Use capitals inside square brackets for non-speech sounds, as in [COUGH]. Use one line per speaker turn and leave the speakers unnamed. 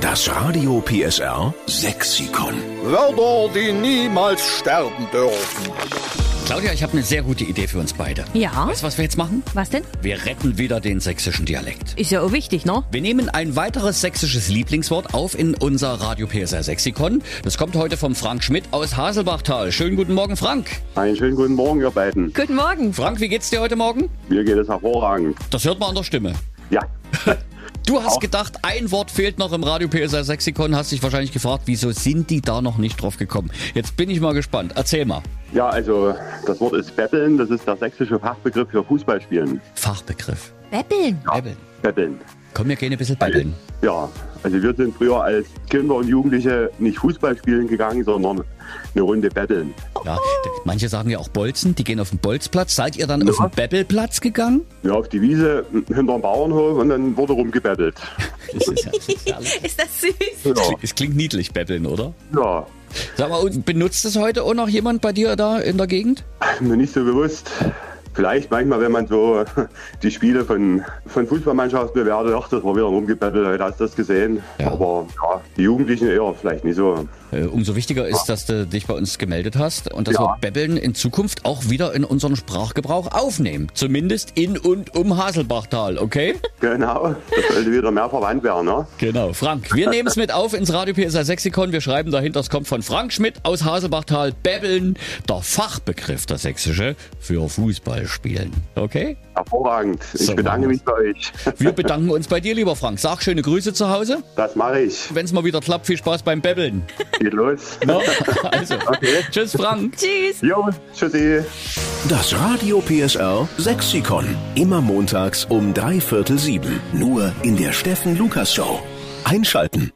Das Radio PSR Sexikon.
Wörter, die niemals sterben dürfen.
Claudia, ich habe eine sehr gute Idee für uns beide.
Ja?
Weißt du, was wir jetzt machen?
Was denn?
Wir retten wieder den sächsischen Dialekt.
Ist ja auch wichtig, ne?
Wir nehmen ein weiteres sächsisches Lieblingswort auf in unser Radio PSR Sexikon. Das kommt heute vom Frank Schmidt aus Haselbachtal. Schönen guten Morgen, Frank.
Einen schönen guten Morgen, ihr beiden.
Guten Morgen.
Frank, wie geht's dir heute Morgen?
Mir geht es hervorragend.
Das hört man an der Stimme.
Ja,
Du hast gedacht, ein Wort fehlt noch im Radio PSR Sexikon, hast dich wahrscheinlich gefragt, wieso sind die da noch nicht drauf gekommen? Jetzt bin ich mal gespannt. Erzähl mal.
ja, also das Wort ist Betteln. Das ist der sächsische Fachbegriff für Fußballspielen.
Fachbegriff.
Beppeln.
Bäbbeln.
Betteln.
Komm, wir gehen ein bisschen bäbbeln.
Ja, also wir sind früher als Kinder und Jugendliche nicht Fußball spielen gegangen, sondern eine Runde betteln.
Ja, d- manche sagen ja auch Bolzen, die gehen auf den Bolzplatz. Seid ihr dann auf den Bäbbelplatz gegangen?
Ja, auf die Wiese m- hinterm Bauernhof und dann wurde rumgebettelt.
Das ist ja, das ist [LAUGHS] ja alles-
Ist das süß?
Ja,
Es klingt- Es klingt niedlich, Bäbbeln, oder?
ja.
Sag mal, und benutzt es heute auch noch jemand bei dir da in der Gegend?
mir nicht so bewusst. Vielleicht manchmal, wenn man so [LAUGHS] die Spiele von, von Fußballmannschaften bewertet, ach, das war wieder rumgebettelt, heute hast du das gesehen.
Ja.
Aber ja, die Jugendlichen eher vielleicht nicht so.
Äh, umso wichtiger ist, dass du dich bei uns gemeldet hast und dass
Ja.
wir Bäbbeln in Zukunft auch wieder in unseren Sprachgebrauch aufnehmen. Zumindest in und um Haselbachtal, okay?
Genau, das sollte wieder mehr verwandt werden, ne?
Genau. Frank, wir nehmen es mit auf ins Radio PSA Sexikon. Wir schreiben dahinter, es kommt von Frank Schmidt aus Haselbachtal. Bäbbeln, der Fachbegriff der Sächsische für Fußballspielen, okay?
Hervorragend. Ich
So
bedanke
machen
mich bei euch.
Wir bedanken uns bei dir, lieber Frank. Sag schöne Grüße zu Hause.
Das mache ich.
Wenn es mal wieder klappt, viel Spaß beim Bäbbeln.
Geht los.
Ne? [LAUGHS] Also, tschüss Frank.
Tschüss.
Jo, tschüssi.
Das Radio PSR Sexikon. Immer montags um drei Viertel sieben. Nur in der Steffen Lukas Show. Einschalten.